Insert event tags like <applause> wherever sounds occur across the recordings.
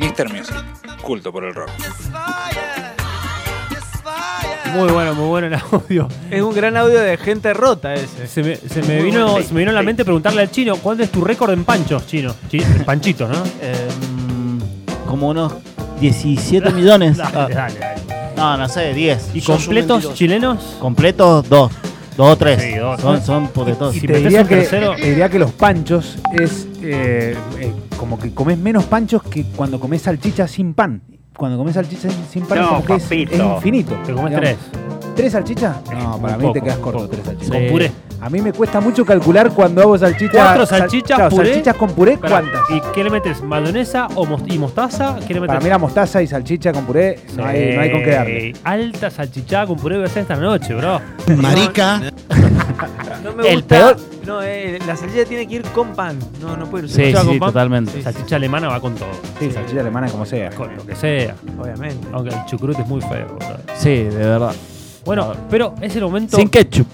After Music, culto por el rock. Muy bueno, muy bueno el audio. Es un gran audio de gente rota ese. Se me, se me vino, se me vino a la mente preguntarle al chino, ¿cuál es tu récord en panchos, chino? Chi- Panchitos, <laughs> ¿no? Eh, como unos 17 millones. Ah, Dale, dale, dale. no, no sé, 10. ¿Y Sos un completos mentiroso. chilenos? Completos, dos. Dos o tres. Sí, dos. Son, son porque dos. Y Si te metes diría, un que, tercero- te diría que los panchos es eh, eh, como que comes menos panchos que cuando comes salchicha sin pan. Cuando comes salchicha sin- sin pan No, es, como que es- papito. es infinito. Te comes digamos. tres. ¿Tres salchichas? No, muy para mí poco, te quedas muy corto poco. tres salchichas. Con puré. A mí me cuesta mucho calcular cuando hago salchichas. Cuatro salchichas, puré. salchichas con puré, Pará, ¿cuántas? ¿Y qué le metes? ¿Mayonesa o mos- y mostaza? ¿Qué le metes? Para mí la mostaza y salchicha con puré no, hay, no hay con qué darle. Sí, Alta salchichada con puré de hacer esta noche, bro. Marica. No me El gusta. peor- No, eh, la salchicha tiene que ir con pan. No, no puede ir Sí, sin Salchicha sí, con pan. totalmente. Salchicha alemana va con todo. Sí, salchicha alemana como sea. Con lo que sea. Obviamente. Aunque el chucrute es muy feo, bro. Sí, de verdad. Bueno, pero es el momento. Sin ketchup.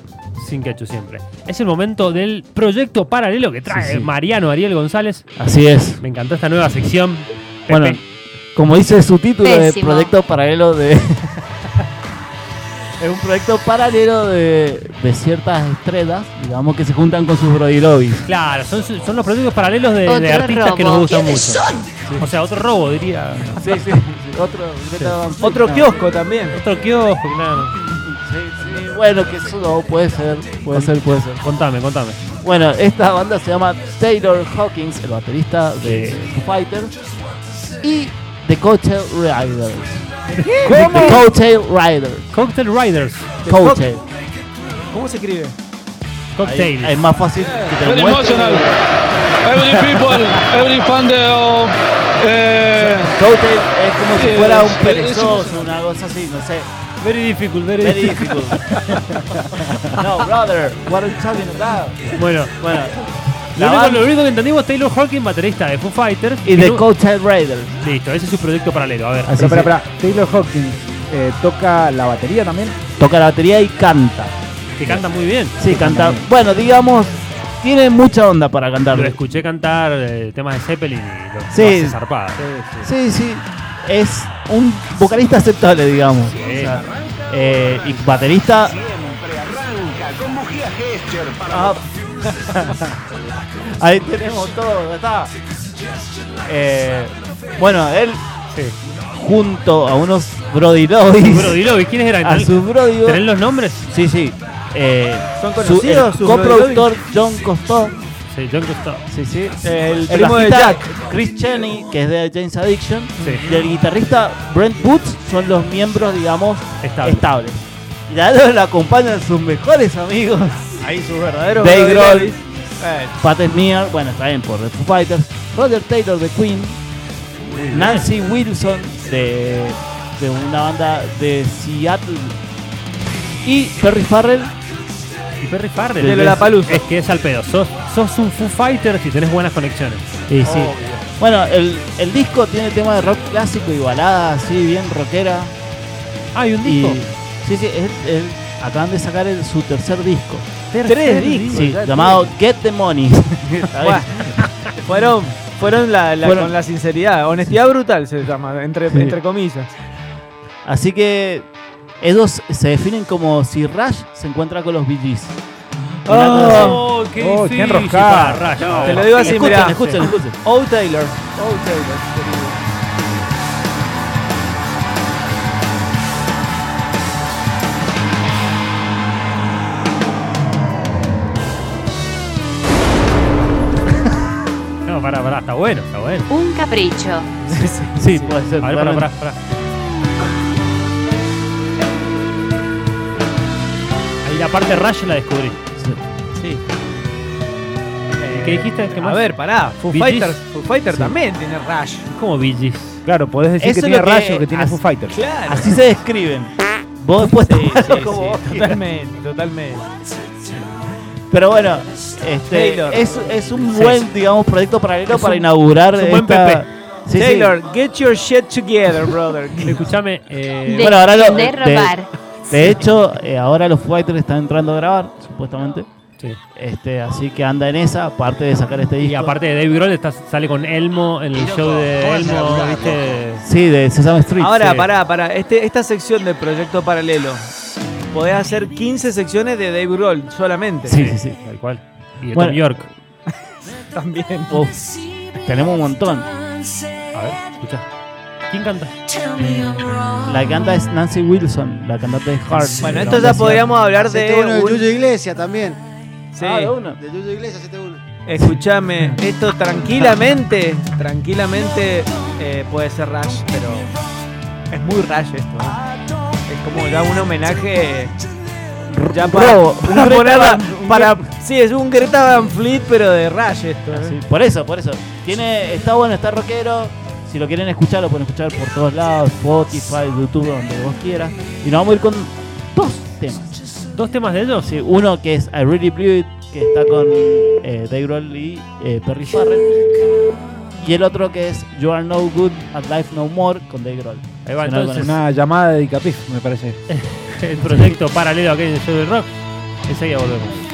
Sin quechu siempre. Es el momento del proyecto paralelo que trae Sí, sí. Mariano Ariel González. Así es. Me encantó esta nueva sección. Bueno, Pepe. como dice su título de Pésimo. proyecto paralelo de. <laughs> es un proyecto paralelo de, de ciertas estrellas, digamos, que se juntan con sus Brody Lobbies. Claro, son, son los proyectos paralelos de, Otro de artistas que nos robo. gustan mucho. O sea, otro robo, diría. Sí, sí, Otro, Otro kiosco también. Otro kiosco, claro. Bueno, que eso no, puede ser, puede ser, puede ser. Contame, contame. Bueno, esta banda se llama Taylor Hawkins, el baterista de Foo Fighters, y The Coattail Riders. ¿Cómo? The Coattail Riders. Cocktail Riders. Coattail. ¿Cómo se escribe? Cocktail. Es más fácil que te lo muestre. Every people, every fan de. oh, eh, Coattail es como si fuera un perezoso, una cosa así, no sé. Very difficult, very, Very difficult. <laughs> difficult. no, brother, what are you talking about? Bueno, Bueno, lo La único, banda- lo único que entendimos es Taylor Hawkins, baterista de Foo Fighters. que y The no- Coattail Riders. Listo, ese es su proyecto paralelo. A ver. Así Pero, se- pero, Taylor Hawkins eh, toca la batería también. Toca la batería y canta. Que canta muy bien. Sí, canta. Bueno, digamos, tiene mucha onda para cantar. Lo escuché cantar eh, temas de Zeppelin y lo, Sí. lo hace zarpado. Sí, sí. Es un vocalista aceptable, digamos. O sea, eh, y baterista. Ah. <laughs> Ahí tenemos todo, ya está. Eh, bueno, él Sí. junto a unos Brody Lobbies, Brody Lobby, ¿quiénes eran? a sus Brody ¿Tenés los nombres? Sí, sí. Eh, ¿Son su- conocidos el sus coproductor John Costó. Sí, John Costello. Sí, sí. El, Eh, primo de bajista Jack. Chris Cheney, que es de James Addiction. Sí. Y el guitarrista Brent Boots son los miembros, digamos, Estable. estables. Y ya lo, lo acompañan sus mejores amigos. Ahí su verdadero. Dave Grohl. Eh, Pat Smear, bueno, está bien por The Foo Fighters. Roger Taylor de Queen. Nancy Wilson de, de una banda de Seattle. Y Perry Farrell. Y Perry Farrell. De Lollapalooza. Es que es al pedo. Sos, sos un Foo Fighter si tenés buenas conexiones. Oh, Y sí. Bueno, el, el disco tiene tema de rock clásico y balada, así bien rockera. Ah, Hay un Y, disco. sí, sí, es- es- acaban de sacar el- su tercer disco. Tres discos. Sí, ya llamado Get the Money. <laughs> Está bien. Buah. Fueron, fueron la, la- Fueron- con la sinceridad. Honestidad brutal se llama, entre, Sí. entre comillas. Así que ellos se definen como si Rush se encuentra con los Bee Gees. Una cosa así. Oh, qué Oh, qué difícil. enroscada. pa, rayo. Te lo digo así, escuchen, mirá. escuchen, escuchen. O Taylor. O Taylor. No, pará, pará. Está bueno, está bueno. Un capricho. <laughs> Sí, puede ser. A ver, pará, realmente. pará, pará. Ahí la parte rayo la descubrí. Sí. ¿Qué dijiste? ¿Qué A más? ver, pará. Foo Bee Fighter, Gees. Foo Fighter también tiene Rush. ¿Cómo Bee Gees? Claro, podés decir Eso que es tiene lo que rayos, que tiene hace- Foo Fighters. Claro. Así se describen. Vos después <laughs> Sí, sí, tomalo sí, como vos quieras. Totalmente, totalmente. Pero bueno, este, Taylor. es, es un buen, digamos, proyecto paralelo para inaugurar es un buen esta- Pepe. Sí, sí. Taylor, get your shit together, <laughs> brother. Escuchame. eh, De, Bueno, ahora lo- de de- robar. De hecho, eh, ahora los Foo Fighters están entrando a grabar, supuestamente. Sí. Este, así que anda en esa, aparte de sacar este disco. Y aparte de Dave Grohl está- sale con Elmo en el show de Elmo, ¿viste? Sí, de Sesame Street. Ahora, sí. pará, pará. Este, esta sección de Proyecto Paralelo. Podés hacer 15 secciones de Dave Grohl solamente. Sí, sí, sí. Tal cual. Y de Bueno. Tom York. <laughs> También. Uf, tenemos un montón. A ver, escucha. ¿Quién canta? La que canta es Nancy Wilson, la cantante de Heart. Bueno, La esto banda ya podríamos hablar de. 7-1 de un- Yuyo Iglesias también. Sí. Ah, de una. De Yuyo Iglesias 7-1. Escúchame, esto tranquilamente, tranquilamente eh, puede ser Rush, pero es muy Rush esto. ¿eh? Es como ya un homenaje eh, ya para, robo, para un poner Greta la- Van- un para sí es un Greta Van Fleet pero de Rush esto. ¿eh? Sí, por eso, por eso. Tiene, está bueno, está rockero. Si lo quieren escuchar, lo pueden escuchar por todos lados: Spotify, YouTube, donde vos quieras. Y nos vamos a ir con dos temas. ¿Dos temas de ellos? Sí, uno que es I Really Blew It, que está con eh, Dave Grohl y eh, Perry Farrell. Y el otro que es You Are No Good at Life No More con Dave Grohl. Ahí va, Si no lo entonces. Una llamada de Dicapif, me parece. El proyecto paralelo a aquel del show del rock. Enseguida volvemos.